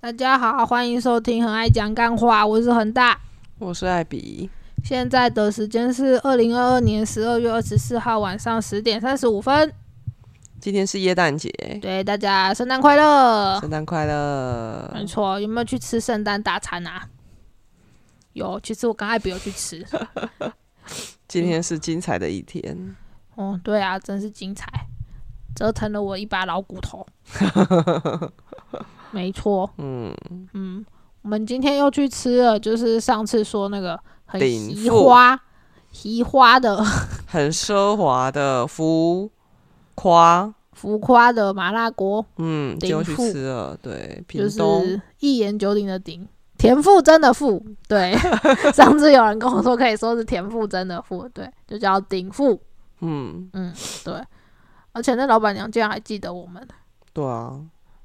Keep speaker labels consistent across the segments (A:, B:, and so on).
A: 大家好，欢迎收听《很爱讲干话》，我是恒大。
B: 我是艾比，
A: 现在的时间是二零二二年十二月二十四号晚上十点三十五分。
B: 今天是耶诞节，
A: 对大家圣诞快乐！
B: 圣诞快乐！
A: 没错，有没有去吃圣诞大餐啊？有，其实我跟艾比有去 吃。
B: 今天是精彩的一天，
A: 哦，对啊，真是精彩，折腾了我一把老骨 头。没错，
B: 嗯，
A: 嗯，我们今天又去吃了，就是上次说那个很
B: 鼎
A: 奇
B: 富
A: 花、奇花的
B: 很奢华的浮夸，
A: 浮夸的麻辣锅。
B: 嗯，
A: 顶
B: 今天去
A: 富
B: 吃了，对，
A: 就
B: 屏东，
A: 是一言九鼎的鼎，田馥甄的馥， 对。上次有人跟我说可以说是田馥甄的馥，对，就叫鼎馥，
B: 嗯，
A: 嗯，对。而且那老板娘竟然还记得我们，
B: 对啊，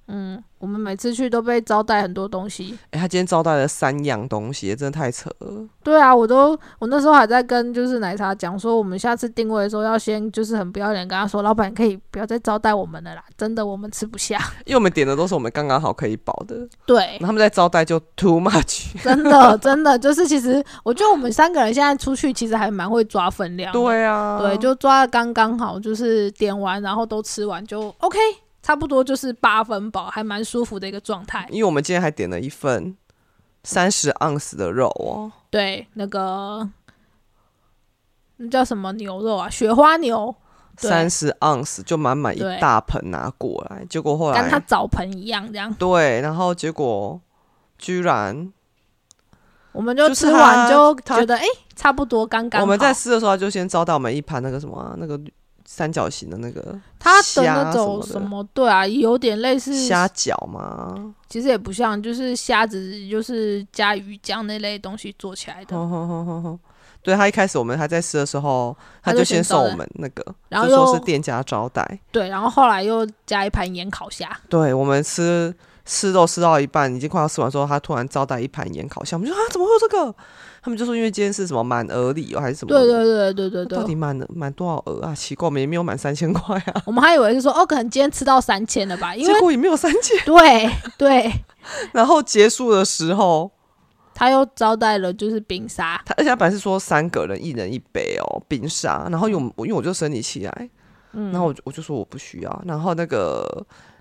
A: 嗯，我们每次去都被招待很多东西。
B: 哎、他今天招待了三样东西，真的太扯了，
A: 对啊，我都我那时候还在跟就是奶茶讲说，我们下次定位的时候要先就是很不要脸跟他说，老板可以不要再招待我们了啦，真的我们吃不下。
B: 因为我们点的都是我们刚刚好可以饱的，
A: 对
B: 然，后他们在招待就 too much，
A: 真的真的就是其实我觉得我们三个人现在出去其实还蛮会抓分量的。
B: 对啊，
A: 对，就抓的刚刚好，就是点完然后都吃完就 OK，差不多就是八分饱，还蛮舒服的一个状态。
B: 因为我们今天还点了一份三十盎司的肉哦，
A: 对，那个那叫什么牛肉啊？雪花牛，对
B: 三十盎司就满满
A: 对
B: 一大盆拿过来，结果后
A: 跟它
B: 来
A: 澡盆一样这样。
B: 对，然后结果居然
A: 我们就
B: 就是
A: 吃完
B: 它
A: 就
B: 它
A: 觉得哎、诶差不多刚刚好。
B: 我们在吃的时候，他就先招待我们一盘那个什么啊、那个三角形的那个
A: 它的那
B: 虾什
A: 种
B: 么
A: 什
B: 的
A: 么，对啊，有点类似
B: 虾饺嘛，
A: 其实也不像，就是虾子就是加鱼浆那类东西做起来的，
B: 哼哼哼哼哼 对他一开始我们还在吃的时候，
A: 他
B: 他
A: 就
B: 就
A: 先
B: 先送
A: 招
B: 我
A: 待
B: 们那个，
A: 然后
B: 就说
A: 又
B: 是店家招待。
A: 对，然后后来又加一盘盐烤虾。
B: 对我们吃吃肉吃到一半，已经快要吃完之后，他突然招待一盘盐烤虾，我们就说啊怎么会有这个？他们就说因为今天是什么满额礼哦还是什么的？
A: 对对对对对
B: 到
A: 对
B: 底，满了满多少额啊？奇怪，我们也没有满三千块啊，
A: 我们还以为是说哦，可能今天吃到三千了吧，因
B: 结
A: 为
B: 果也没有三千。
A: 对对，
B: 然后结束的时候，
A: 他又招待了就是冰沙，
B: 他而且他本来是说三个人一人一杯哦，冰沙。然后有我因为我就生理期来，
A: 嗯，
B: 然后我就我就说我不需要。然后那个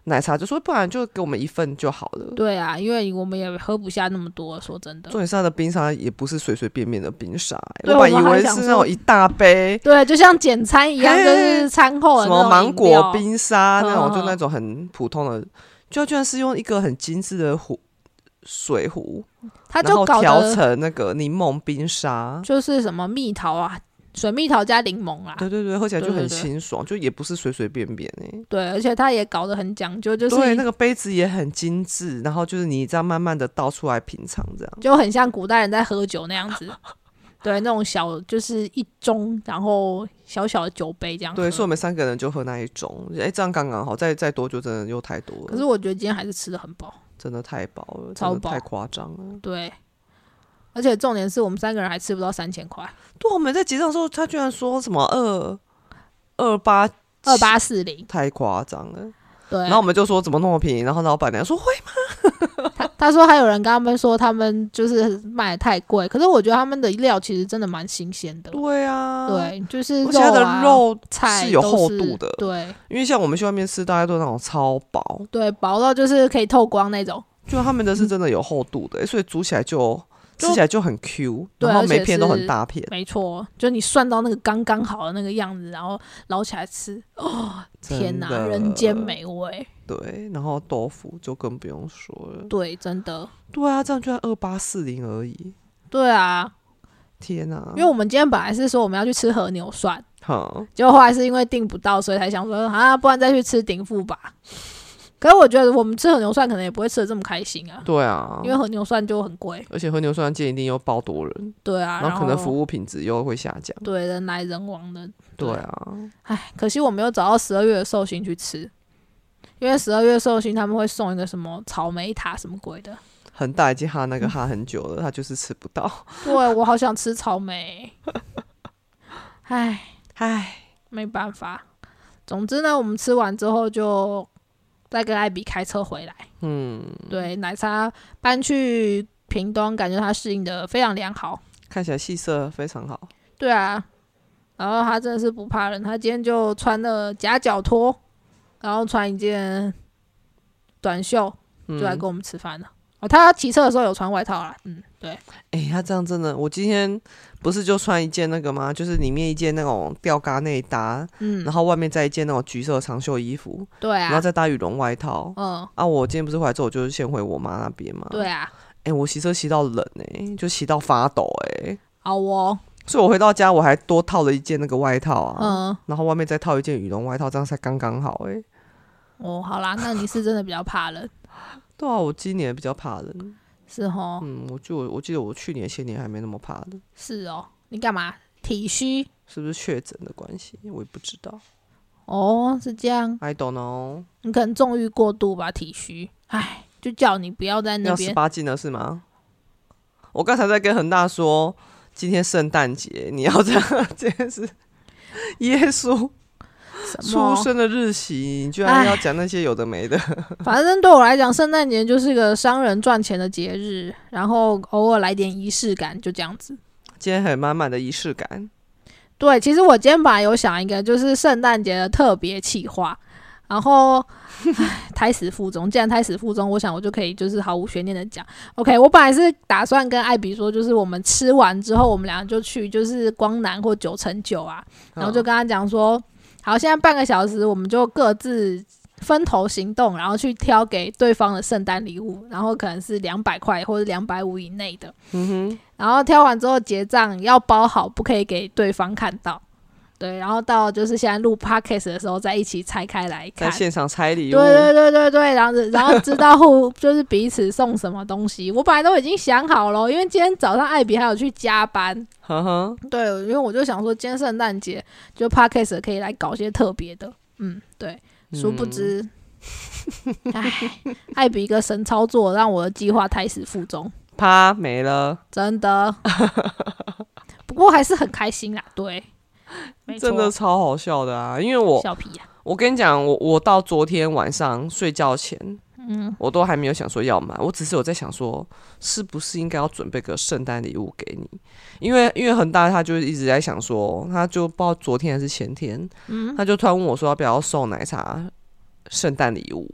B: 奶茶就说，不然就给我们一份就好了。
A: 对啊，因为我们也喝不下那么多，说真的，
B: 重点是他的冰沙也不是随随便便的冰沙、欸，
A: 对
B: 我本
A: 我
B: 来以
A: 们还
B: 为
A: 想
B: 是那
A: 说
B: 种一大杯
A: 对，就像简餐一样，就是餐后的
B: 什
A: 哦那
B: 么
A: 种
B: 芒
A: 饮料
B: 果，冰沙那种，
A: 嗯
B: 就那种很普通的，就居然是用一个很精致的壶水壶，
A: 他
B: 然
A: 就
B: 后
A: 搞
B: 调
A: 得
B: 成那个柠檬冰沙。
A: 就是什么蜜桃啊，水蜜桃加柠檬啊，
B: 对对对，喝起来就
A: 对对对
B: 很清爽，就也不是随随便便哎、
A: 对，而且他也搞得很讲究，就是
B: 对，
A: 一
B: 那个杯子也很精致，然后就是你这样慢慢的倒出来品尝，这样
A: 就很像古代人在喝酒那样 子。对，那种小就是一盅，然后小小的酒杯这样喝。
B: 对，所以我们三个人就喝那一种，哎、这样刚刚好，再再多就真的又太多了，
A: 可是我觉得今天还是吃的很饱。
B: 真的太饱了，真
A: 超
B: 的
A: 饱
B: 太夸张了。
A: 对，而且重点是我们三个人还吃不到三千块，
B: 对，我们在结账的时候，他居然说什么二二八，
A: 二八四零。
B: 太夸张了。
A: 对
B: 然后，我们就说怎么那么便宜，然后老板娘说会，
A: 他他说还有人跟他们说他们就是卖的太贵，可是我觉得他们的料其实真的蛮新鲜的。
B: 对啊，，
A: 对，就是
B: 而
A: 肉
B: 且它
A: 啊、
B: 的肉，
A: 菜
B: 是有
A: 都
B: 厚
A: 是
B: 度的
A: 对
B: 因为像我们去外面吃，大家都那种超薄，
A: 对，薄到就是可以透光那种。
B: 就他们的是真的有厚度的，所以煮起来就
A: 就
B: 吃起来就很 Q，
A: 对
B: 然后
A: 而且
B: 每片都
A: 是
B: 很大片，
A: 没错，就你涮到那个刚刚好的那个样子，然后捞起来吃，哦，天哪
B: 真，的
A: 人间。美味！
B: 对，然后豆腐就更不用说了。
A: 对，真的，
B: 对啊，这样就在二八四零而已。
A: 对啊，
B: 天哪、啊！
A: 因为我们今天本来是说我们要去吃和牛涮，
B: 好，
A: 结果后来是因为订不到，所以才想说啊，不然再去吃鼎富吧。可是我觉得我们吃和牛涮可能也不会吃的这么开心啊，
B: 对啊，
A: 因为和牛涮就很贵，
B: 而且和牛涮店一定又包多人，
A: 对啊，
B: 然后可能服
A: 务
B: 务品质又会下降。
A: 对人来人往的，对
B: 对啊，
A: 唉，可惜我没有找到十二月的寿星去吃，因为十二月寿星他们会送一个什么草莓塔什么鬼的，
B: 恒大已经哈那个哈很久了，他就是吃不到。
A: 对我好想吃草莓， 唉，
B: 唉，
A: 没办法。总之呢，我们吃完之后就再跟艾比开车回来，
B: 嗯，
A: 对，奶茶搬去屏东，感觉他适应的非常良好。
B: 看起来气色非常好。
A: 对啊，然后他真的是不怕冷，他今天就穿了夹脚拖，然后穿一件短袖，
B: 嗯
A: 就来跟我们吃饭了。哦，他骑车的时候有穿外套啦，嗯，对，
B: 哎、他这样真的，我今天不是就穿一件那个吗？就是里面一件那种吊嘎内搭，
A: 嗯
B: 然，后外面再一件那种橘色长袖衣服，
A: 对
B: 然后
A: 啊，
B: 再搭羽绒外套。
A: 嗯，
B: 啊，我今天不是回来之后，我就是先回我妈那边嘛。
A: 对啊，
B: 哎、我骑车骑到冷哎、就骑到发抖哎、
A: 好哦，
B: 所以我回到家我还多套了一件那个外套啊，
A: 嗯，
B: 然后外面再套一件羽绒外套，这样才刚刚好哎、
A: 哦，好啦，那你是真的比较怕冷，
B: 对啊，我今年比较怕冷，
A: 是哦，
B: 嗯，我就我记得我去年前年还没那么怕的，
A: 是哦，你干嘛？体虚？
B: 是不是确诊的关系？我也不知道
A: 哦，是这样，
B: ，I don't know。
A: 你可能纵欲过度吧，体虚，唉，就叫你不要在那
B: 要十
A: 边，
B: 八禁了是吗？我刚才在跟恒大说，今天圣诞节你要这样， 今天是耶稣
A: 什
B: 出
A: 么
B: 生的日期，你居然要讲那些有的没的。
A: 反正对我来讲，圣诞节就是个商人赚钱的节日，然后偶尔来点仪式感，就这样子。
B: 今天很满满的仪式感，
A: 对，其实我今天本来有想一个，就是圣诞节的特别企划，然后唉胎死腹中。既然胎死腹中，我想我就可以就是毫无悬念的讲，OK，我本来是打算跟艾比说，就是我们吃完之后，我们俩就去就是光南或九乘九啊，然后就
B: 嗯
A: 跟他讲说，好，现在半个小时，我们就各自分头行动，然后去挑给对方的圣诞礼物，然后可能是两百块或者两百五以内的，
B: 嗯
A: 然后挑完之后结账要包好，不可以给对方看到。对，然后到就是现在录 podcast 的时候，再一起拆开来
B: 哼，在
A: 看。
B: 现场拆礼
A: 对
B: 物，
A: 对对对对，然后然后知道互就是彼此送什么东西，我本来都已经想好了，因为今天早上艾比还有去加班，
B: 呵呵，
A: 对，因为我就想说，今天圣诞节就 podcast 可以来搞些特别的，嗯，对，殊不知，唉，艾比一个神操作，让我的计划胎死腹中，
B: 啪没了，
A: 真 的。不过还是很开心啦，对，没错
B: 真的超好笑的啊！因为我
A: 笑屁呀、
B: 我跟你讲，我我到昨天晚上睡觉前，
A: 嗯，
B: 我都还没有想说要买，我只是有在想说，是不是应该要准备个圣诞礼物给你？因为因为恒大他就一直在想说，他就不知道昨天还是前天，
A: 嗯
B: 他就突然问我说要不要送奶茶圣诞礼物，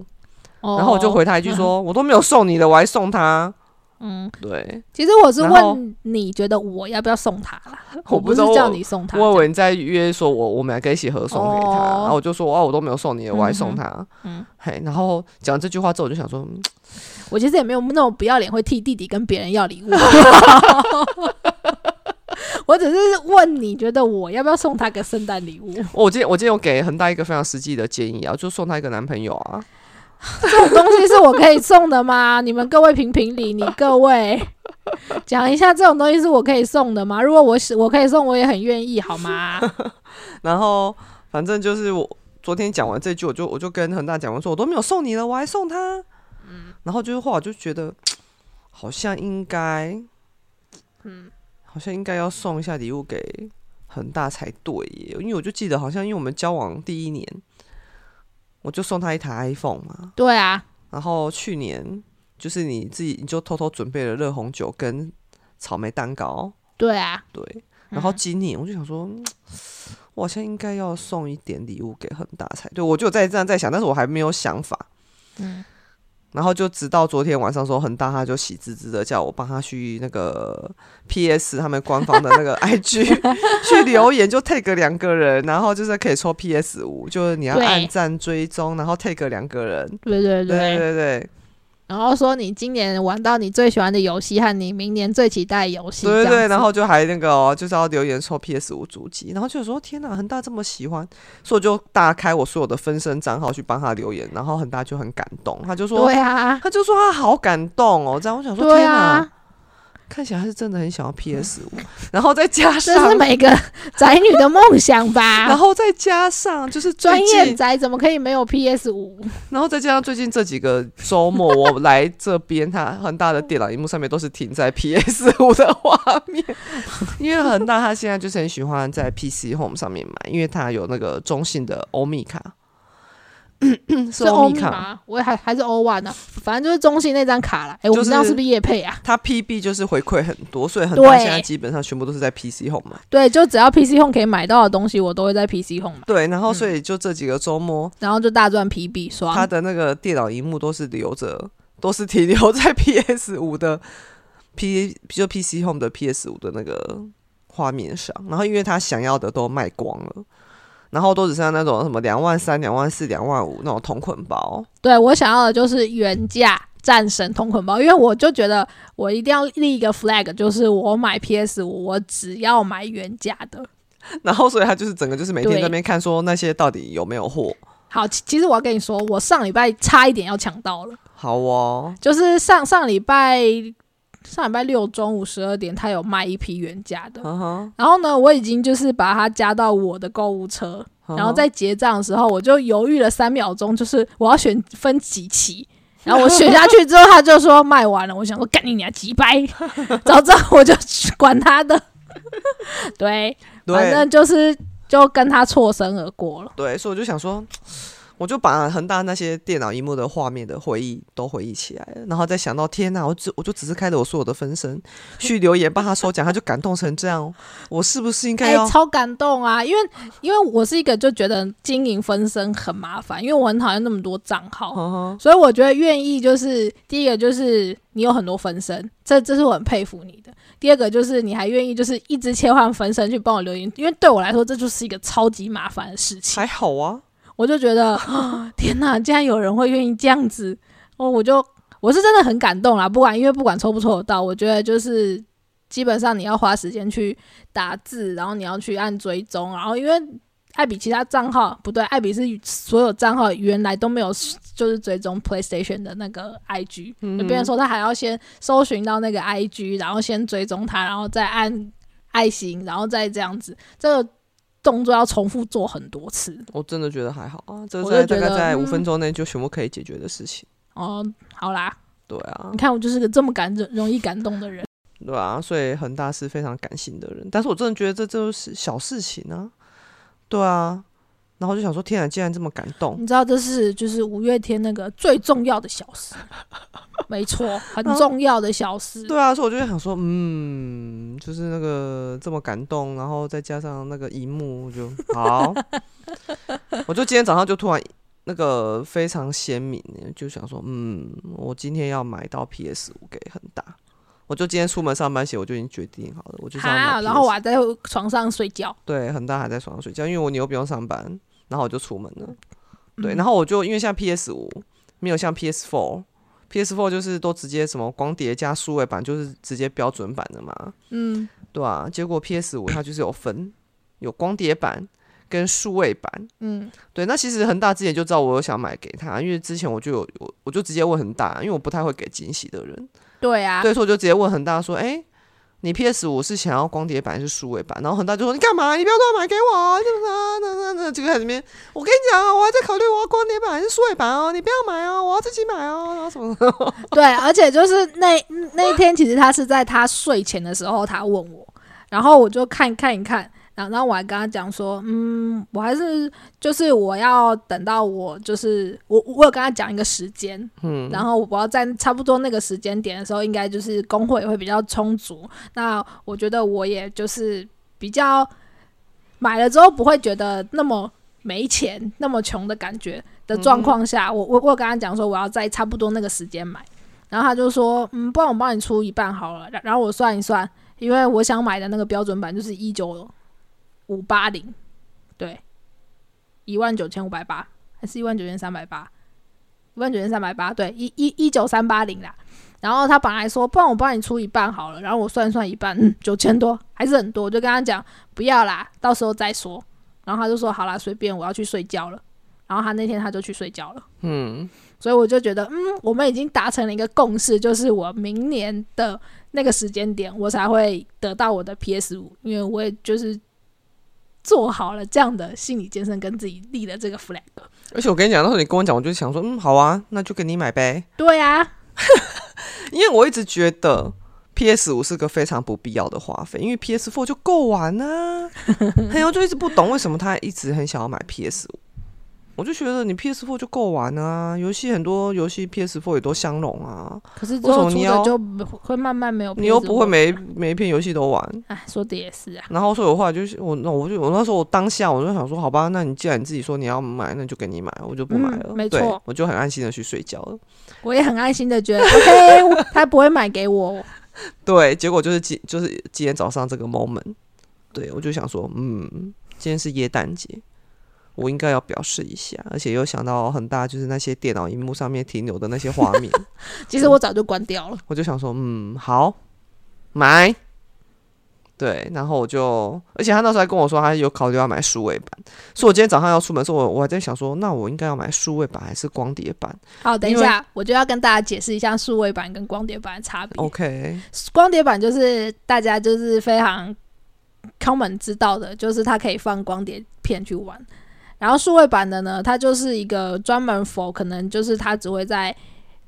A: 哦
B: 然后我就，回他一 句说，我都没有送你的，我还送他。
A: 嗯，
B: 对，
A: 其实我是
B: 然后
A: 问你觉得我要不要送他啦，不
B: 我不
A: 是
B: 知道
A: 叫你送他，
B: 我以为你在约说我我们两个一起合送给他，
A: 哦
B: 然后我就说啊哇，我都没有送你的，我还送他。
A: 嗯
B: 嘿，然后讲这句话之后，我就想说，嗯
A: 我其实也没有那么不要脸，会替弟弟跟别人要礼物。我只是问你觉得我要不要送他个圣诞礼物？
B: 我今天我今天有给恒大一个非常实际的建议啊，就送他一个男朋友啊。
A: 这种东西是我可以送的吗？你们各位评评理，你各位讲一下，这种东西是我可以送的吗？如果我是我可以送，我也很愿意，好吗？
B: 然后反正就是我昨天讲完这句，我就我就跟恒大讲，我说我都没有送你了，我还送他。嗯，然后就是后来我就觉得嗯好像应该，嗯，好像应该要送一下礼物给恒大才对耶，因为我就记得好像因为我们交往第一年，我就送他一台 iPhone 嘛，
A: 对啊，
B: 然后去年就是你自己你就偷偷准备了热红酒跟草莓蛋糕，
A: 对啊，
B: 对，然后今年我就想说，嗯我好像应该要送一点礼物给恒大才对。我就有在这样在想，但是我还没有想法。
A: 嗯
B: 然后就直到昨天晚上说恒大，他就喜滋滋的叫我帮他去那个 PS 他们官方的那个 IG 去留言，就 tag 两个人，然后就是可以抽 PS 五，就是你要
A: 对
B: 按赞追踪，然后 tag 两个人。
A: 对对
B: 对对
A: 对。
B: 对对
A: 然后说你今年玩到你最喜欢的游戏和你明年最期待的游戏，
B: 对对
A: 这样
B: 对，
A: 子
B: 然后就还那个、哦、就是要留言抽 PS 五主机，然后就说天哪，恒大这么喜欢，所以我就打开我所有的分身账号去帮他留言，然后恒大就很感动，他就说，
A: 对啊，
B: 他就说他好感动哦，这样我想说
A: 对
B: 天哪，
A: 啊。
B: 看起来他是真的很想要 PS 五，然后再加
A: 这是
B: 上，
A: 每个宅女的梦想
B: 然
A: 吧？
B: 后再加上就是最
A: 专业
B: 近
A: 宅怎么可以没有 PS 五？
B: 然后再加上最近这几个周末，我来这边，他恒大的电脑荧幕上面都是停在 PS 五的画面，因为恒大他现在就是 很喜欢在 PC Home 上面买，因为他有那个中信的欧米卡。是
A: 欧
B: 米卡，
A: 吗？我也还还是欧万呢，反正就是中信那张卡啦。哎、我不知道
B: 就是
A: 是不是叶配啊？
B: 它 PB 就是回馈很多，所以很多
A: 对
B: 现在基本上全部都是在 PC Home 嘛。
A: 对，就只要 PC Home 可以买到的东西，我都会在 PC Home 买，
B: 对，然后所以就这几个周末，
A: 然后就大赚 PB 爽。
B: 它的那个电脑荧幕都是留着，都是停留在 PS 五的 P 就 PC Home 的 PS 五的那个画面上。然后因为他想要的都卖光了，然后都只剩下那种什么两万三、两万四、两万五那种同捆包。
A: 对我想要的就是原价战神同捆包，因为我就觉得我一定要立一个 flag，就是我买 PS 五，我只要买原价的。
B: 然后所以他就是整个就是每天
A: 对
B: 在那边看说那些到底有没有货。
A: 好，其其实我要跟你说，我上礼拜差一点要抢到了，
B: 好哦，
A: 就是上上礼拜上礼拜六中午十二点，他有卖一批原价的。
B: 嗯哼，
A: 然后呢，我已经就是把它加到我的购物车，
B: 嗯哼
A: 然后在结账的时候，我就犹豫了三秒钟，就是我要选分几 期。然后我选下去之后，他就说卖完了。我想说，干你娘几 掰！早知道我就去管他的。 对，反
B: 对
A: 正就是就跟他错身而过了。
B: 对，所以我就想说，我就把恒大那些电脑荧幕的画面的回忆都回忆起来了，然后再想到天哪，我只我就只是开了我所有的分身去留言帮他抽奖，他就感动成这样，我是不是应该
A: 哎、
B: 要？
A: 超感动啊！因为因为我是一个就觉得经营分身很麻烦，因为我很讨厌那么多账号。
B: 嗯哼
A: 所以我觉得愿意就是第一个就是你有很多分身，这这是我很佩服你的。第二个就是你还愿意就是一直切换分身去帮我留言，因为对我来说这就是一个超级麻烦的事情。
B: 还好啊，
A: 我就觉得啊天哪，竟然有人会愿意这样子，哦，我就我是真的很感动啦。不管因为不管抽不抽得到，我觉得就是基本上你要花时间去打字，然后你要去按追踪，然后因为。艾比其他账号不对，艾比是所有账号原来都没有，就是追踪 PlayStation 的那个 IG，、
B: 嗯
A: 就变成说他还要先搜寻到那个 IG，然后先追踪他，然后再按爱心，然后再这样子，这个动作要重复做很多次。
B: 我真的觉得还好啊，这
A: 我
B: 在
A: 就觉
B: 大概
A: 得
B: 在
A: 嗯
B: 五分钟内就全部可以解决的事情，
A: 哦，好啦，
B: 对啊
A: 你，看我就是个这么感人、容易感动的人。
B: 对啊，所以恒大是非常感性的人，但是我真的觉得这就是小事情啊，对啊，然后就想说，天啊，竟然这么感动，
A: 你知道这是就是五月天那个最重要的小 事，没错，很重要的小事。
B: 对啊，所以我就想说，嗯，就是那个这么感动，然后再加上那个一幕，我就好。我就今天早上就突然那个非常鲜明，欸就想说，嗯，我今天要买到 PS 五给恒大。我就今天出门上班前我就已经决定好了，我就是要买 PS
A: 哈，
B: 5。
A: 然后我还在床上睡觉。
B: 对恒大还在床上睡觉，因为我牛不用上班，然后我就出门了。对，
A: 嗯
B: 然后我就因为像 PS 五没有像 PS Four。PS Four 就是都直接什么光碟加数位版，就是直接标准版的嘛，
A: 嗯，
B: 对啊。结果 PS 五它就是有分，有光碟版跟数位版。
A: 嗯，
B: 对，那其实恒大之前就知道我有想买给他，因为之前我就有我我就直接问恒大，因为我不太会给惊喜的人，
A: 对啊，
B: 对，所以我就直接问恒大说：“哎、你 PS 五是想要光碟版还是数位版？”然后恒大就说：“你干嘛？你不要乱买给我啊！”就是啊，那那那，这个在里面，我跟你讲啊，我还在考虑我要光碟版还是数位版哦，你不要买哦，我要自己买哦，然后什么 什么。
A: 对，而且就是那那一天，其实他是在他睡前的时候，他问我，然后我就看看一看，然后然后我还跟他讲说，嗯，我还是就是我要等到我就是我我有跟他讲一个时间，嗯，然后我要在差不多那个时间点的时候，应该就是工会会比较充足，那我觉得我也就是比较买了之后不会觉得那么没钱、那么穷的感觉的状况下，我我我有跟他讲说我要在差不多那个时间买，然后他就说，嗯，不然我帮你出一半好了。然然后我算一算，因为我想买的那个标准版就是一九五八零，对，一万九千五百八还是一万九千三百八，一万九千三百八，对，一一一九三八零啦。然后他本来说，不然我帮你出一半好了。然后我算一算一半，嗯，九千多还是很多，我就跟他讲不要啦，到时候再说。然后他就说好啦，随便，我要去睡觉了。然后他那天他就去睡觉了。
B: 嗯，
A: 所以我就觉得，嗯，我们已经达成了一个共识，就是我明年的那个时间点，我才会得到我的 PS 五，因为我也就是做好了这样的心理建设，跟自己立了这个 flag。
B: 而且我跟你讲，那时候你跟我讲，我就想说，嗯，好啊，那就给你买呗，
A: 对啊，
B: 因为我一直觉得。P.S. 五是个非常不必要的花费，因为 P.S. Four 就 够玩啊。还有就一直不懂为什么他一直很想要买 P.S. 五，我就觉得你 PS Four 就够玩啊，游戏很多游戏 PS Four 也都相容啊，
A: 可是之
B: 为什
A: 后
B: 么
A: 出
B: 你
A: 的
B: 要
A: 就不会慢慢没有。
B: 你又不会，每每一篇游戏都玩。
A: 哎，说的也是啊。
B: 然后所以我后来就是我那我就我那时候我当下我就想说，好吧，那你既然你自己说你要买，那就给你买，我就不买
A: 嗯
B: 了。
A: 没
B: 对
A: 错
B: 我就很安心的去睡觉了。
A: 我也很安心的觉得，OK，我他不会买给我。
B: 对，结果就是今就是今天早上这个 moment，对我就想说，嗯，今天是耶诞节，我应该要表示一下，而且又想到很大，就是那些电脑荧幕上面停留的那些画面，
A: 其实我早就关掉了。
B: 我就想说，嗯，好，买。对，然后我就，而且他那时候还跟我说，他有考虑要买数位版，所以我今天早上要出门的时候，我我还在想说，那我应该要买数位版还是光碟版
A: 好，等一
B: 因为
A: 下，我就要跟大家解释一下数位版跟光碟版的差别。
B: ？OK，
A: 光碟版就是大家就是非常 common 知道的，就是它可以放光碟片去玩。然后数位版的呢，它就是一个专门 for 可能就是它只会在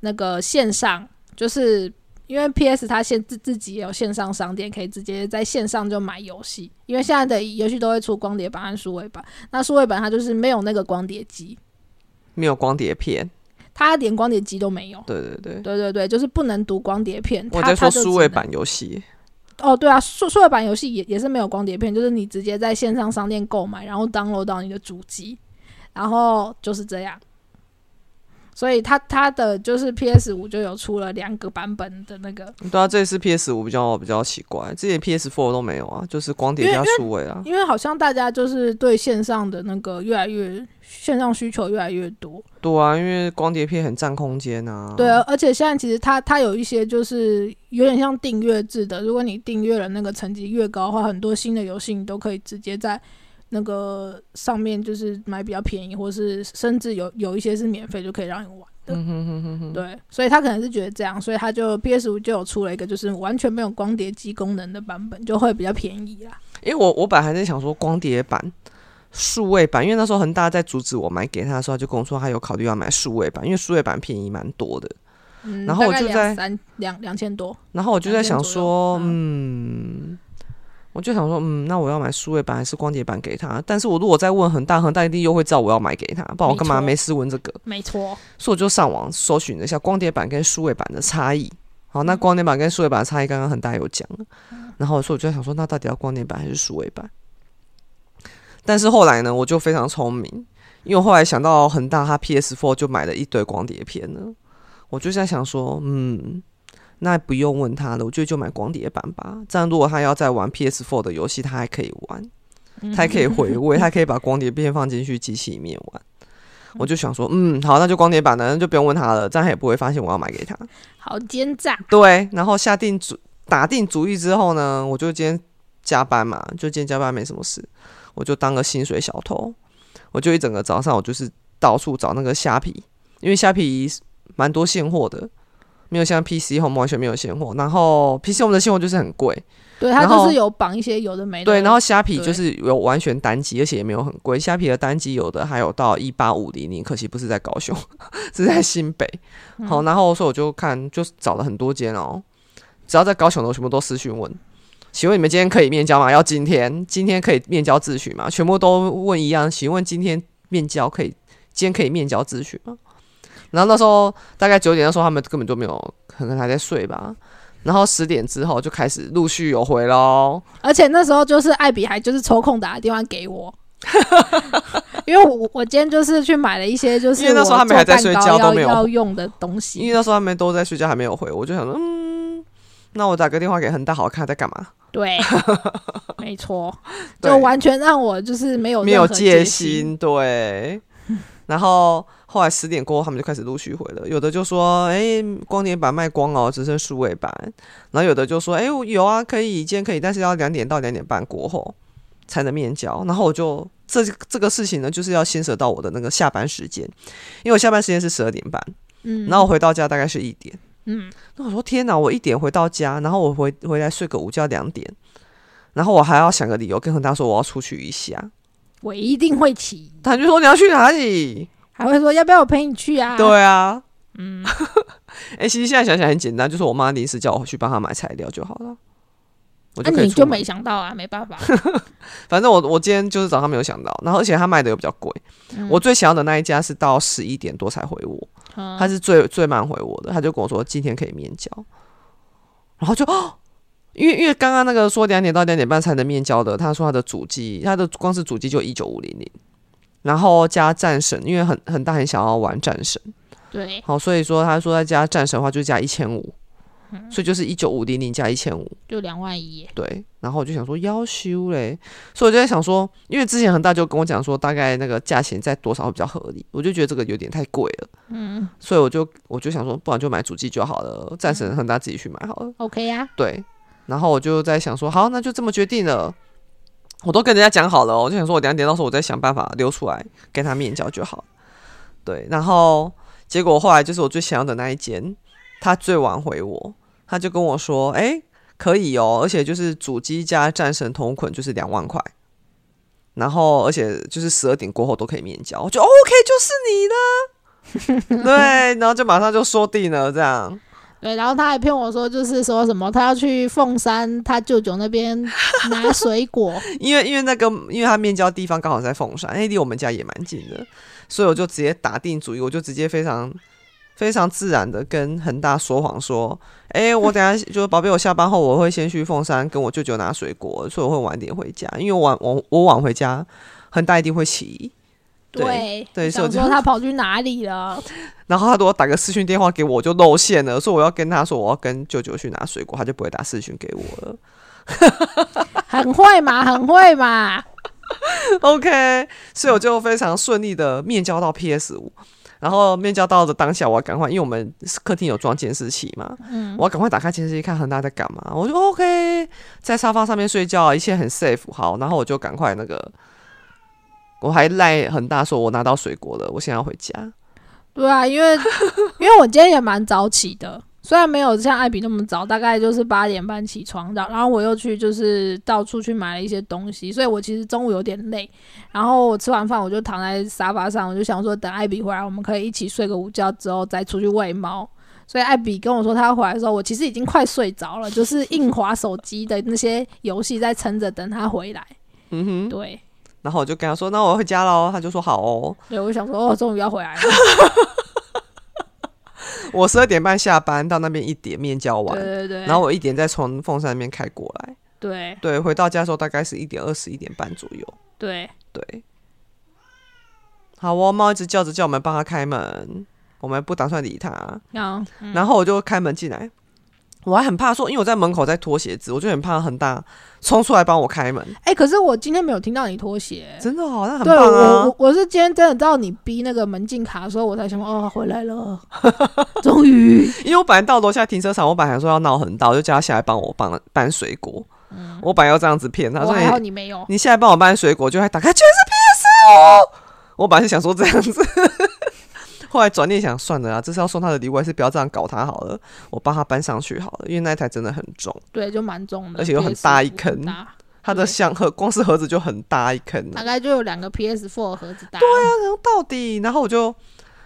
A: 那个线上，就是因为 PS 它现自自己也有线上商店，可以直接在线上就买游戏。因为现在的游戏都会出光碟版和数位版，那数位版它就是没有那个光碟机，
B: 没有光碟片，
A: 它连光碟机都没有。
B: 对对对，
A: 对对对，就是不能读光碟片。
B: 我
A: 它
B: 在
A: 它
B: 说
A: 嗯就
B: 数
A: 只
B: 位
A: 能
B: 版游戏，
A: 哦，对啊，数数位版游戏也也是没有光碟片，就是你直接在线上商店购买，然后 download 到你的主机，然后就是这样。所以它它的就是 PS 五就有出了两个版本的那个，
B: 对啊，这次 PS 五比较比较奇怪，之前 PS Four 都没有啊，就是光碟
A: 因为
B: 加数位啊。
A: 因为好像大家就是对线上的那个越来越线上需求越来越多，
B: 对啊，因为光碟片很占空间啊。
A: 对，而且现在其实它它有一些就是有点像订阅制的，如果你订阅了那个层级越高的话，很多新的游戏你都可以直接在那个上面就是买比较便宜，或是甚至有有一些是免费就可以让你玩的。
B: 嗯哼哼哼哼，
A: 对，所以他可能是觉得这样，所以他就 PS 五就有出了一个就是完全没有光碟机功能的版本，就会比较便宜啦。
B: 因为我我本来还在想说光碟版、数位版，因为那时候恒大在阻止我买给他的时候，他就跟我说他有考虑要买数位版，因为数位版便宜蛮多的。
A: 嗯，
B: 然后我
A: 大概
B: 就
A: 两
B: 在
A: 三两两千多，
B: 然后我就在想说，
A: 两千左右
B: 嗯，我就想说，嗯，那我要买数位版还是光碟版给他？但是我如果再问恒大，恒大一定又会知道我要买给他，不然我干嘛
A: 没错
B: 没事问这个？
A: 没错。
B: 所以我就上网搜寻了一下光碟版跟数位版的差异。好，那光碟版跟数位版的差异，刚刚很大有讲了。然后所以我就在想说，那到底要光碟版还是数位版？但是后来呢，我就非常聪明，因为我后来想到恒大他 PS4 就买了一堆光碟片呢，我就在想说，嗯，那不用问他了，我就就买光碟版吧。这样如果他要再玩 PS4 的游戏，他还可以玩。
A: 嗯
B: 他还可以回味，他可以把光碟片放进去机器里面玩。我就想说，嗯，好，那就光碟版的，那就不用问他了，这样他也不会发现我要买给他。
A: 好奸诈，
B: 对，然后下定主打定主意之后呢，我就今天加班嘛，就今天加班没什么事，我就当个薪水小偷，我就一整个早上我就是到处找那个虾皮，因为虾皮蛮多现货的，没有像 PC Home 完全没有现货，然后 PC Home 的现货就是很贵，
A: 对他
B: 然
A: 就
B: 后
A: 是有绑一些有的没的。
B: 对，然后虾皮
A: 对
B: 就是有完全单机，而且也没有很贵。虾皮的单机有的还有到一八五零零，可惜不是在高雄， 是在新北。
A: 嗯
B: 好，然后所以我就看，就找了很多间哦，只要在高雄的，我全部都私讯问。请问你们今天可以面交吗？要今天，今天可以面交自取吗？全部都问一样。请问今天面交可以，今天可以面交自取吗？然后那时候大概九点的时候，他们根本就没有，可能还在睡吧。然后十点之后就开始陆续有回喽。
A: 而且那时候就是艾比还就是抽空打电话给 我，因为我我今天就是去买了一些就是
B: 因为那时候
A: 我
B: 他们还在睡
A: 做蛋糕
B: 觉
A: 要
B: 都没有
A: 要用的东
B: 因
A: 西
B: 为。那时候他们都在睡觉，还没有回，我就想说，嗯，那我打个电话给恒大好看在干嘛？
A: 对，没错，
B: 对
A: 就完全让我就是没有
B: 没有
A: 戒
B: 戒。心，对。然后后来十点过后，他们就开始陆续回了，有的就说，哎、光碟版卖光哦，只剩数位版。然后有的就说，哎、我有啊，可以，今天可以，但是要两点到两点半过后才能面交。然后我就这这个事情呢，就是要牵扯到我的那个下班时间，因为我下班时间是十二点半，
A: 嗯，
B: 然后我回到家大概是一点。
A: 嗯，
B: 那我说天哪，我一点回到家，然后我回回来睡个午觉两点，然后我还要想个理由跟恒大说我要出去一下，
A: 我一定会骑，
B: 他就说你要去哪里？
A: 还会说要不要我陪你去啊？，
B: 对啊，
A: 嗯，
B: 哎、其实现在想想很简单，就是我妈临时叫我去帮她买材料就好了。我
A: 那、
B: 就可
A: 啊
B: 以
A: 你
B: 出
A: 就
B: 门。
A: 没想到啊，没办 法。
B: 反正我我今天就是早上没有想到，然后而且他卖的又比较贵，
A: 嗯
B: 我最想要的那一家是到十一点多才回我，
A: 嗯
B: 他是最最慢回我的，他就跟我说今天可以面交，然后就。哦因为因为刚刚那个说两点到两点半才能面交的，他说他的主机，他的光是主机就一九五零零，然后加战神，因为很很大很想要玩战神，
A: 对
B: 好，所以说他说再加战神的话就加一千五，所以就是一九五零零加一千五，
A: 就两万一耶，
B: 对，然后我就想说要修嘞，所以我就在想说，因为之前恒大就跟我讲说，大概那个价钱在多少会比较合理，我就觉得这个有点太贵了，
A: 嗯
B: 所以我就我就想说，不然就买主机就好了，战神恒大自己去买好了，
A: ，OK 啊呀、
B: 对，然后我就在想说，好，那就这么决定了，我都跟人家讲好了哦，我就想说我两点到时候我再想办法溜出来跟他面交就好，对，然后结果后来就是我最想要的那一间，他最晚回我，他就跟我说，哎、可以哦，而且就是主机加战神同捆就是两万块，然后而且就是十二点过后都可以面交，我就 OK 就是你的，对，然后就马上就说定了这样，
A: 对，然后他还骗我说，就是说什么他要去凤山他舅舅那边拿水果，
B: 因为因为那个因为他面交地方刚好在凤山，哎，离我们家也蛮近的，所以我就直接打定主意，我就直接非常非常自然的跟恒大说谎说，哎，我等下就是宝贝，我下班后我会先去凤山跟我舅舅拿水果，所以我会晚点回家，因为我晚我我晚回家，恒大一定会起疑。对
A: 对，
B: 对所以
A: 想
B: 我就
A: 说他跑去哪里了，
B: 然后他如果打个视讯电话给我，我就露馅了，所以我要跟他说我要跟舅舅去拿水果，他就不会打视讯给我了。
A: 很会嘛，很会嘛，
B: OK，所以我就非常顺利的面交到 PS 五，然后面交到的当下，我要赶快，因为我们客厅有装监视器嘛，
A: 嗯
B: 我要赶快打开监视器看恒大在干嘛。我就 OK，在沙发上面睡觉，一切很 safe。好，然后我就赶快那个，我还赖恒大说，我拿到水果了，我现在要回家。
A: 对啊，因为因为我今天也蛮早起的，虽然没有像艾比那么早，大概就是八点半起床的，然后我又去就是到处去买了一些东西，所以我其实中午有点累。然后我吃完饭我就躺在沙发上，我就想说等艾比回来，我们可以一起睡个午觉之后再出去喂猫。所以艾比跟我说他要回来的时候，我其实已经快睡着了，就是硬滑手机的那些游戏在撑着等他回来。
B: 嗯哼，
A: 对，
B: 然后我就跟他说，那我要回家喽。他就说好哦。
A: 所以我就想说哦，终于要 回来了。
B: 我十二点半下班，到那边一点面交
A: 对
B: 完，
A: 对对，
B: 然后我一点再从凤山那边开过来。
A: 对
B: 对，回到家的时候大概是一点二十、一点半左右。
A: 对。
B: 对，好哦，猫一直叫着叫我们帮它开门，我们不打算理它。
A: 然后嗯
B: 然后我就开门进来，我还很怕说，因为我在门口在脱鞋子，我就很怕恒大冲出来帮我开门。
A: 哎、可是我今天没有听到你脱鞋。
B: 真的好、哦，那很
A: 对
B: 棒
A: 我，
B: 啊
A: 我！我是今天真的到你逼那个门禁卡的时候，我才想说哦，回来了，终 于。
B: 因为我本来到楼下停车场，我本来想说要闹恒大，我就叫他下来帮我帮搬水果。我本来要这样子骗他，
A: 我
B: 说
A: 还好
B: 你
A: 你没有，
B: 你下来帮我搬水果，就还打开全是 PS 五。我本来是想说这样子， 后来转念想，算了啊，这是要送他的礼物，还是不要这样搞他好了，我帮他搬上去好了，因为那一台真的很重，
A: 对，就蛮重的，
B: 而且又很大一
A: PS4
B: 坑嗯
A: 很大
B: 它的
A: 对
B: 箱盒光是盒子就很大一坑啊了
A: 大概就有两个 PS4 盒子大。对啊，
B: 到底，然后我就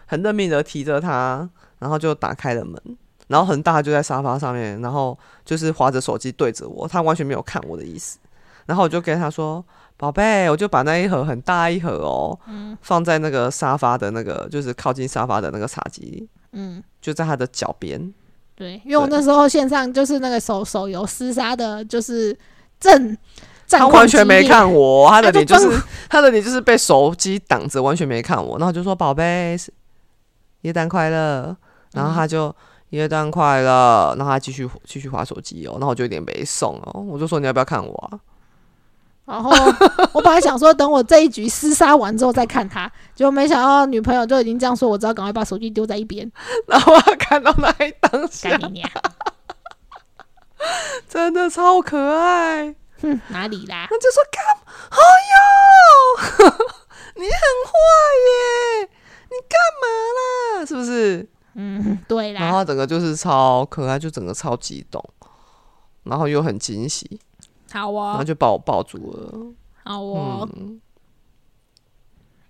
B: 很认命的提着它，然后就打开了门，然后恒大就在沙发上面，然后就是划着手机对着我，他完全没有看我的意思。然后我就跟他说：“宝贝，我就把那一盒很大一盒哦，放在那个沙发的那个，就是靠近沙发的那个茶几里，
A: 嗯，
B: 就在他的脚边。
A: 对，因为我那时候线上就是那个手手游厮杀的，就是正战
B: 他
A: 况
B: 完全没
A: 激烈，
B: 看我，他的脸就
A: 他就是
B: 他的脸就是被手机挡着，完全没看我。然后就说：“宝贝，耶诞快乐。”然后他就耶诞快乐，然后他继续继续划手机哦。然后我就有点没送哦，我就说：“你要不要看我啊
A: 然后我本来想说等我这一局厮杀完之后再看他，结果没想到女朋友就已经这样说，我只好赶快把手机丢在一 边，？”
B: 然后他看到那一当下
A: 干，你 娘！
B: 真的超可爱。
A: 哼，哪里啦？
B: 他就说：“干，哎呦， 你很坏耶，你干嘛啦？是不是？”
A: 嗯，对
B: 然
A: 啦，
B: 后整个就是超可爱，就整个超激动，然后又很惊喜，
A: 好
B: 然后
A: 哦，
B: 就把我抱住了。
A: 好哦，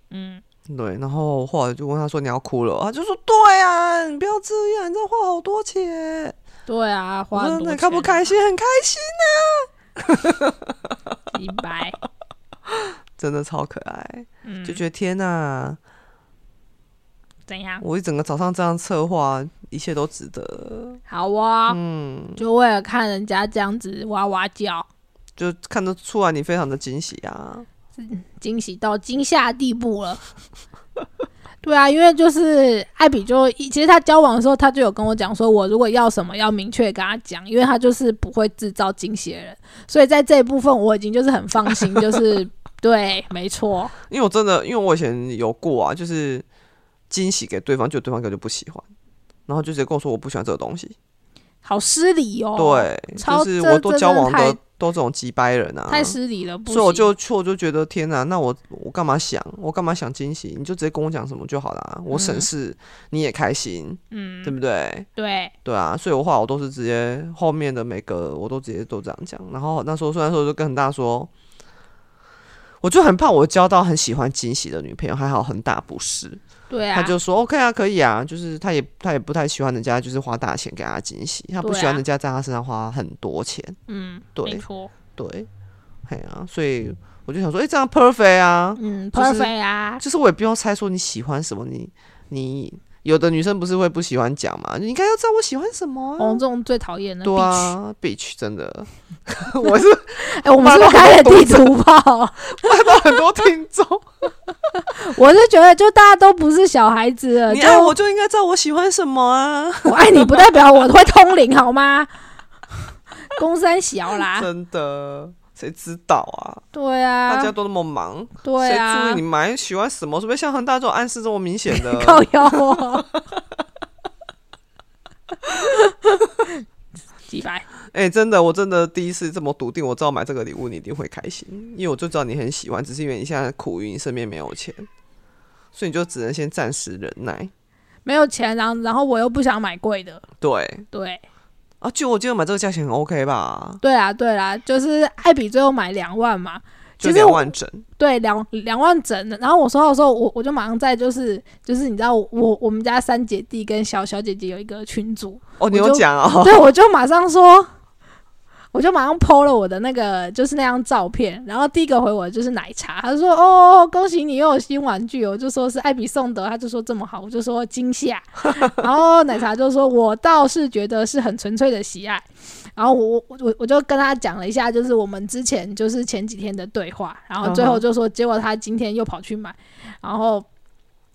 A: 嗯，
B: 对，然后后来就问他说：“你要哭了？”他就说：“对啊，你不要这样，你这样花好多钱。
A: 对啊，”花
B: 我
A: 很
B: 说：“
A: 多
B: 那
A: 钱
B: 开不开心？很开心
A: 明 白，
B: 真的超可爱，
A: 嗯，啊
B: 就觉得天哪、
A: 怎样？
B: 我一整个早上这样策划，一切都值得。
A: 好啊、
B: 嗯，
A: 就为了看人家这样子哇哇叫，
B: 就看得出来你非常的惊喜啊。
A: 惊喜到惊吓地步了。 对啊，因为就是艾比就其实他交往的时候，他就有跟我讲说，我如果要什么要明确跟他讲，因为他就是不会制造惊喜的人，所以在这一部分我已经就是很放心，就是对，没错，
B: 因为我真的，因为我以前有过啊，就是惊喜给对方，就对方根本就不喜欢，然后就直接跟我说我不喜欢这个东西。
A: 好失礼哦，，
B: 对，
A: 超
B: 就是
A: 这
B: 我都
A: 这
B: 交
A: 真的
B: 往
A: 太
B: 的都这种几百人啊，
A: 太失礼了，不
B: 所
A: 行，
B: 以我就去，我就觉得天哪、那我我干嘛想，我干嘛想惊喜？你就直接跟我讲什么就好啦，我省
A: 嗯
B: 事，你也开心，
A: 嗯
B: 对，不对？
A: 对，
B: 对啊，所以我话我都是直接后面的每个我都直接都这样讲。然后那时候虽然说就跟很大说，我就很怕我交到很喜欢惊喜的女朋友，还好很大不是，
A: 对
B: 他
A: 啊，
B: 就说 OK 啊，可以啊，就是他也他也不太喜欢人家就是花大钱给他惊喜，他不
A: 对啊
B: 喜欢人家在他身上花很多钱，
A: 嗯，
B: 对
A: 没错，
B: 对，哎呀、所以我就想说，哎、这样 perfect 啊，
A: 嗯
B: 就是
A: ，perfect 啊，
B: 就是我也不用猜说你喜欢什么，你你有的女生不是会不喜欢讲嘛，你应该要知道我喜欢什么、啊。
A: 洪仲最讨厌的
B: 对
A: bitch，
B: 啊，bitch 真的， 我是
A: 哎、我们是不是开了地图炮？
B: 看到很多听众，
A: 我是觉得，就大家都不是小孩子了，
B: 你
A: 呃就
B: 爱我就应该知道我喜欢什么啊，
A: 我爱你不代表我会通灵，好吗？公三小啦，
B: 真的，谁知道啊？
A: 对
B: 大
A: 啊
B: 家，都那么忙，
A: 对
B: 谁
A: 啊
B: 注意，你买喜欢什么？是不是像恒大这种暗示这么 明显的？
A: 靠腰 哦，几百，
B: 哎、真的，我真的第一次这么笃定，我知道买这个礼物你一定会开心，因为我就知道你很喜欢，只是因为你现在苦于你身边没有钱，所以你就只能先暂时忍耐。
A: 没有钱，然后然后我又不想买贵的，
B: 对
A: 对
B: 啊，就我今天买这个价钱很 OK 吧？
A: 对啊对啦，就是艾比最后买两万嘛，
B: 就
A: 其实
B: 两
A: 我
B: 万整，
A: 对，两两万整的。然后我收到的时候，我我就马上在就是就是你知道我我我们家三姐弟跟小小姐姐有一个群组，
B: 哦，你
A: 我
B: 有
A: 就
B: 讲哦，
A: 对我就马上说，我就马上 PO 了我的那个就是那张照片。然后第一个回我的就是奶茶，他就说哦恭喜你又有新玩具哦，我就说是艾比送的，他就说这么好，我就说惊吓。然后奶茶就说我倒是觉得是很纯粹的喜爱。然后我我我我就跟他讲了一下，就是我们之前就是前几天的对话，然后最
B: 嗯
A: 后
B: 哼
A: 就说，结果他今天又跑去买，然后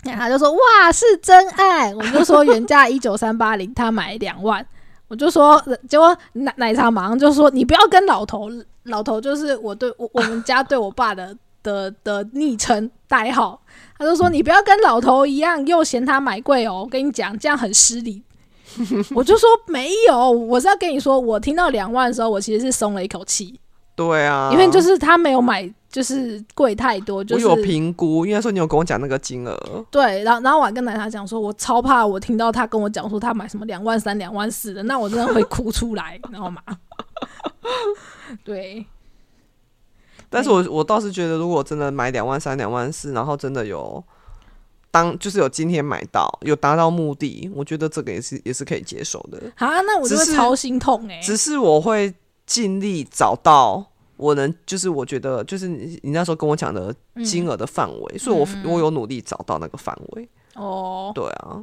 A: 奶茶就说哇是真爱，我就说原价一九三八零，他买两万，我就说结果奶奶茶马上就说你不要跟老头，老头就是我对我我们家对我爸的的的昵称代号，他就说你不要跟老头一样又嫌他买贵哦，我跟你讲这样很失礼， 我就说没有，我是要跟你说，我听到两万的时候，我其实是松了一口气，
B: 对啊，
A: 因为就是他没有买，就是贵太多，就是嗯
B: 我有评估，因为说你有跟我讲那个金额，
A: 对，然后然后我还跟奶茶讲说，我超怕我听到他跟我讲说他买什么两万三、两万四的，那我真的会哭出来， 你知道吗？对，
B: 但是我我倒是觉得，如果真的买两万三、两万四，然后真的有当就是有今天买到，有达到目的，我觉得这个也是也是可以接受的。
A: 啊，那我就会
B: 只是
A: 超心痛哎、
B: 只是我会尽力找到我能，就是我觉得就是你你那时候跟我讲的
A: 嗯
B: 金额的范围，所以我我有努力找到那个范围。
A: 哦，
B: 对啊。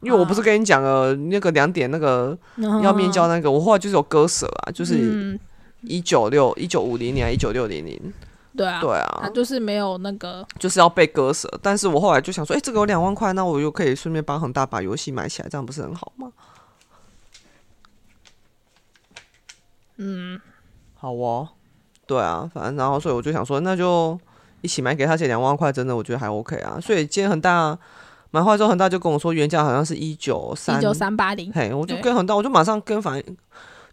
B: 因为我不是跟你讲了那个两点那个要面
A: 嗯，
B: 交那个，我后来就是有割舍啊，就是
A: 嗯，
B: 一九六一九五零年一九六零零，
A: 对啊，
B: 对
A: 他
B: 啊，
A: 就是没有那个，
B: 就是要被割舍。但是我后来就想说，哎、这个有两万块，那我又可以顺便帮恒大把游戏买起来，这样不是很好吗？
A: 嗯，
B: 好哦，对啊，反正然后所以我就想说，那就一起买给他这两万块，真的我觉得还 OK 啊。所以今天恒大买回来之后，恒大就跟我说原价好像是一九三
A: 一九，三八零，
B: 嘿，我就
A: 对
B: 跟恒大，我就马上跟反应。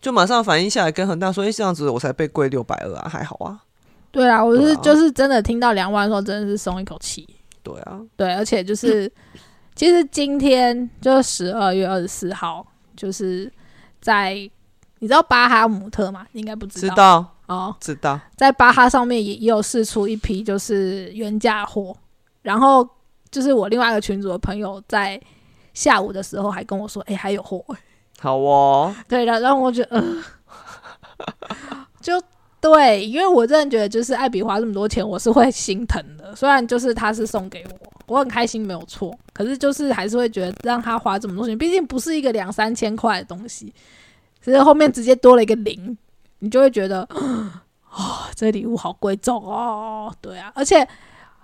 B: 就马上反应下来，跟恒大说：“哎、这样子我才被贵六百二啊，还好啊。
A: 对啊，我
B: 对
A: 是
B: 啊
A: 就是真的听到两万的时候，真的是松一口气。”
B: 对啊，
A: 对，而且 就是，其实今天就是十二月二十四号，就是在你知道巴哈姆特吗？你应该不知
B: 知
A: 道
B: 道
A: 哦，
B: 知道。
A: 在巴哈上面也也有试出一批就是原价货，然后就是我另外一个群组的朋友在下午的时候还跟我说，哎、还有货，
B: 好哦，
A: 对，然后然后我觉得，呃、就对，因为我真的觉得就是艾比花这么多钱，我是会心疼的。虽然就是他是送给我，我很开心没有错，可是就是还是会觉得让他花这么多钱，毕竟不是一个两三千块的东西，只是后面直接多了一个零，你就会觉得，哦，这礼物好贵重哦。对啊，而且。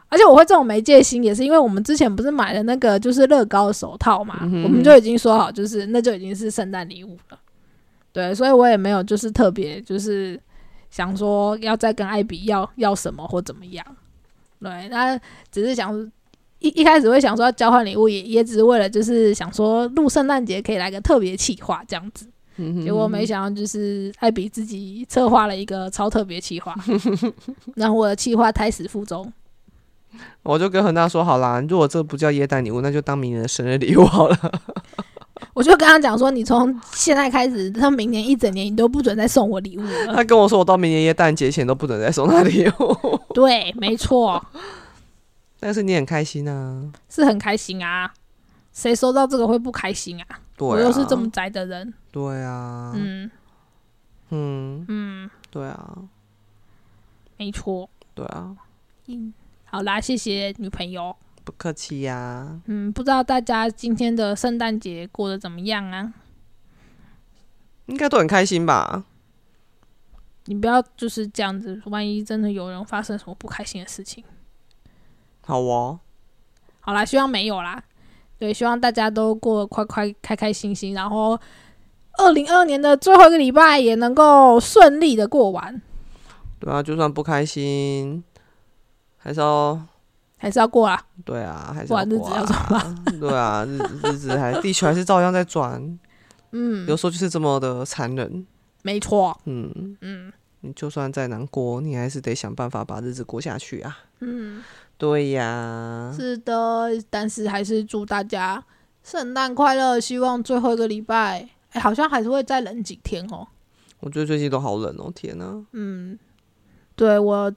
A: 而且我会这种没戒心，也是因为我们之前不是买了那个就是乐高手套嘛，
B: 嗯哼
A: 我们就已经说好，就是那就已经是圣诞礼物了。对，所以我也没有就是特别就是想说要再跟艾比要要什么或怎么样。对，那只是想一一开始会想说要交换礼物也，也只是为了就是想说录圣诞节可以来个特别企划这样子。结果没想到就是艾比自己策划了一个超特别企划，然后我的企划胎死腹中。
B: 我就跟恒大说好啦，如果这不叫耶诞礼物，那就当明年的生日礼物好了。
A: 我就跟他讲说，你从现在开始到明年一整年，你都不准再送我礼物了。
B: 他跟我说，我到明年耶诞节前都不准再送他礼 物。
A: 对，没错，
B: 但是你很开心啊，
A: 是很开心啊。谁收到这个会不开心啊？
B: 对啊，
A: 我又是这么宅的人，
B: 对啊，嗯
A: 嗯
B: 嗯，
A: 嗯，
B: 对啊，
A: 没错。
B: 对啊，
A: 嗯，好啦，谢谢女朋友。
B: 不客气啊呀、
A: 嗯，不知道大家今天的圣诞节过得怎么样啊？
B: 应该都很开心吧？
A: 你不要就是这样子，万一真的有人发生什么不开心的事情，
B: 好哦，
A: 好啦，希望没有啦。对，希望大家都过得快快开开心心，然后二零二年的最后一个礼拜也能够顺利的过完，
B: 对啊，就算不开心，还是要
A: 还是要过啦。
B: 对啊，还是
A: 过
B: 要
A: 完日子
B: 过
A: 要
B: 啊
A: 怎么办？
B: 对啊，日日子还地球还是照样在转，
A: 嗯，
B: 有时候就是这么的残忍。
A: 没错，
B: 嗯，
A: 嗯
B: 你就算再难过，你还是得想办法把日子过下去啊。
A: 嗯，
B: 对呀、嗯
A: 是的，但是还是祝大家圣诞快乐，希望最后一个礼拜，哎，好像还是会再冷几天哦。
B: 我觉得最近都好冷哦，天呐、
A: 嗯，对我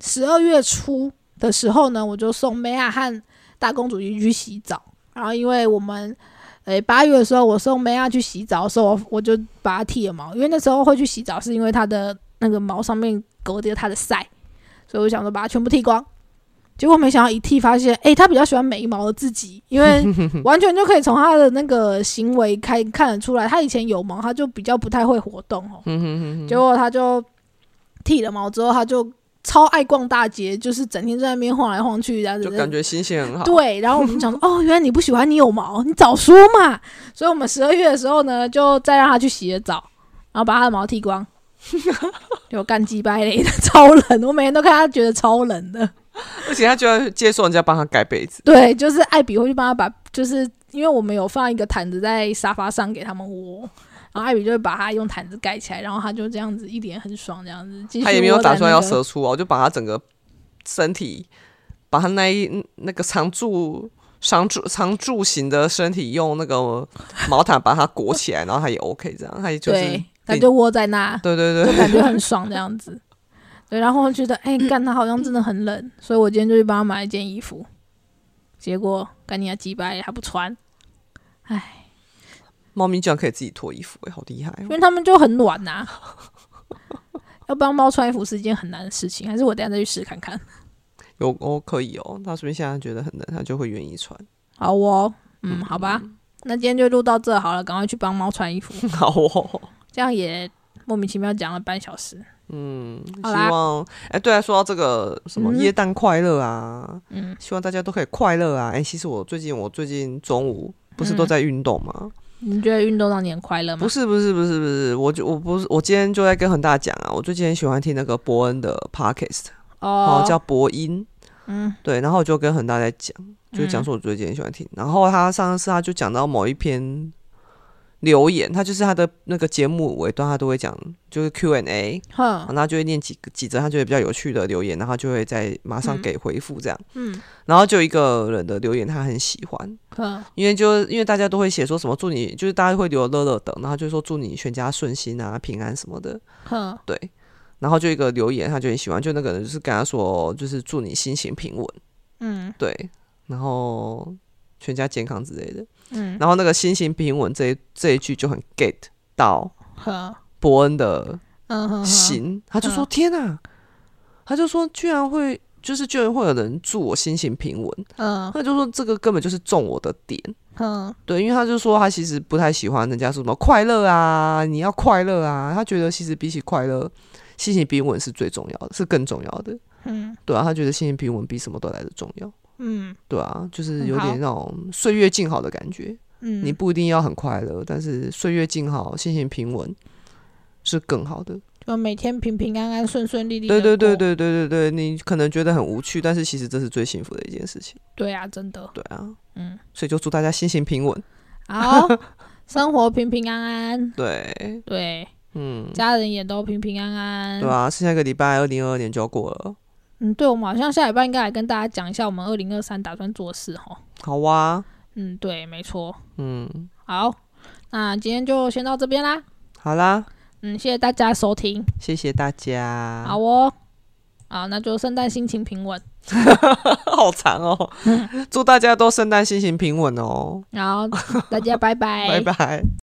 A: 十二月初的时候呢，我就送梅亚和大公主去去洗澡。然后因为我们诶八、月的时候，我送梅亚去洗澡的时候，我我就把它剃了毛，因为那时候会去洗澡，是因为它的那个毛上面隔着它的晒，所以我想说把它全部剃光。结果没想到一剃发现，诶，它比较喜欢眉毛的自己，因为 完全就可以从它的那个行为开看得出来，它以前有毛，它就比较不太会活动哦。
B: 嗯哼哼哼
A: 结果他就剃了毛之后，他就超爱逛大街，就是整天在那边晃来晃去，这样子
B: 就感觉心情很好。
A: 对，然后我们想说，哦，原来你不喜欢你有毛，你早说嘛！所以我们十二月的时候呢，就再让他去洗了澡，然后把他的毛剃 光，就干鸡掰嘞，超冷，我每天都看他觉得超冷的。
B: 而且他居然接受人家帮他盖被子，
A: 对，就是艾比会去帮他把，就是因为我们有放一个毯子在沙发上给他们窝。然后艾比就会把它用毯子盖起来，然后他就这样子一脸很爽，这样子继续、
B: 他也没有打算要
A: 折。
B: 蛇出啊，我就把他整个身体，把他那一那个常驻常驻常驻型的身体用那个毛毯把它裹起来，然后他也 OK 这样，他也就是
A: 对，他就窝在那，
B: 对对
A: 就
B: 对，
A: 感觉很爽这样 子。对，然后我觉得，哎、干他好像真的很冷，所以我今天就去帮他买一件衣服，结果干你啊鸡巴还不穿，
B: 猫咪居然可以自己脱衣服、欸，好厉害哦、
A: 因为他们就很暖 呐、要帮猫穿衣服是一件很难的事情，还是我等一下再去试看看。
B: 有哦，可以哦，他说不定现在觉得很冷，他就会愿意穿。
A: 好哦，嗯，好吧，那今天就录到这好了，赶快去帮猫穿衣服，
B: 好哦，
A: 这样也莫名其妙讲了半小时。
B: 嗯，希
A: 好啦
B: 望哎、对啊，说到这个什么
A: 嗯
B: 耶诞快乐啊，
A: 嗯，
B: 希望大家都可以快乐啊！哎、其实我最近我最近中午不是
A: 嗯
B: 都在运动吗？
A: 你觉得运动让你很快乐吗
B: 不？是不是不是不是，我就我不是我今天就在跟恒大讲啊，我最近很喜欢听那个伯恩的 podcast，哦、
A: 哦，
B: 叫伯音，
A: 嗯
B: 对，然后我就跟恒大在讲，就讲说我最近很喜欢听，然后他上次他就讲到某一篇留言，他就是他的那个节目尾端他都会讲，就是 Q&A，然
A: 哼，
B: 后他就会念几个几则他觉得比较有趣的留言，然后他就会在马上给回复这样，
A: 嗯
B: 然后就有一个人的留言他很喜欢。
A: 哼，
B: 因为就因为大家都会写说什么祝你，就是大家会留乐乐等，然后就说祝你全家顺心啊、平安什么的，
A: 哼，
B: 对。然后就一个留言，他就很喜欢，就那个人就是跟他说，就是祝你心情平稳，
A: 嗯
B: 对，然后全家健康之类的。
A: 嗯，
B: 然后那个心情平稳这一这一句就很 get 到
A: 哼。
B: 伯恩的
A: 嗯哼哼，嗯
B: 行，他就说天哪、他就说居然会，就是居然会有人祝我心情平稳，
A: 嗯
B: 他就说这个根本就是中我的点，
A: 哼，
B: 对，因为他就说他其实不太喜欢人家说什么快乐啊，你要快乐啊，他觉得其实比起快乐，心情平稳是最重要的，是更重要的，
A: 嗯
B: 对啊，他觉得心情平稳比什么都来的重要，
A: 嗯
B: 对啊，就是
A: 很
B: 有
A: 好
B: 点那种岁月静好的感觉，
A: 嗯，
B: 你不一定要很快乐，但是岁月静好，心情平稳是更好的。
A: 就每天平平安安、顺顺利利。
B: 对对对，对对对对，你可能觉得很无趣，但是其实这是最幸福的一件事情。
A: 对啊，真的，
B: 对啊，
A: 嗯，
B: 所以就祝大家心情平稳。
A: 好，生活平平安安，
B: 对，
A: 对，
B: 嗯，
A: 家人也都平平安安。
B: 对啊，剩下一个礼拜，二零二二年就要过了，
A: 嗯，对，我们好像下礼拜应该来跟大家讲一下我们二零二三打算做的事哈。
B: 好哇、啊，
A: 嗯，对，没错。
B: 嗯，
A: 好，那今天就先到这边啦。
B: 好啦，
A: 嗯，谢谢大家收听，
B: 谢谢大家。
A: 好哦。好，那就圣诞心情平稳，
B: 好 长哦，祝大家都圣诞心情平稳哦，
A: 然后大家拜拜，
B: 拜拜。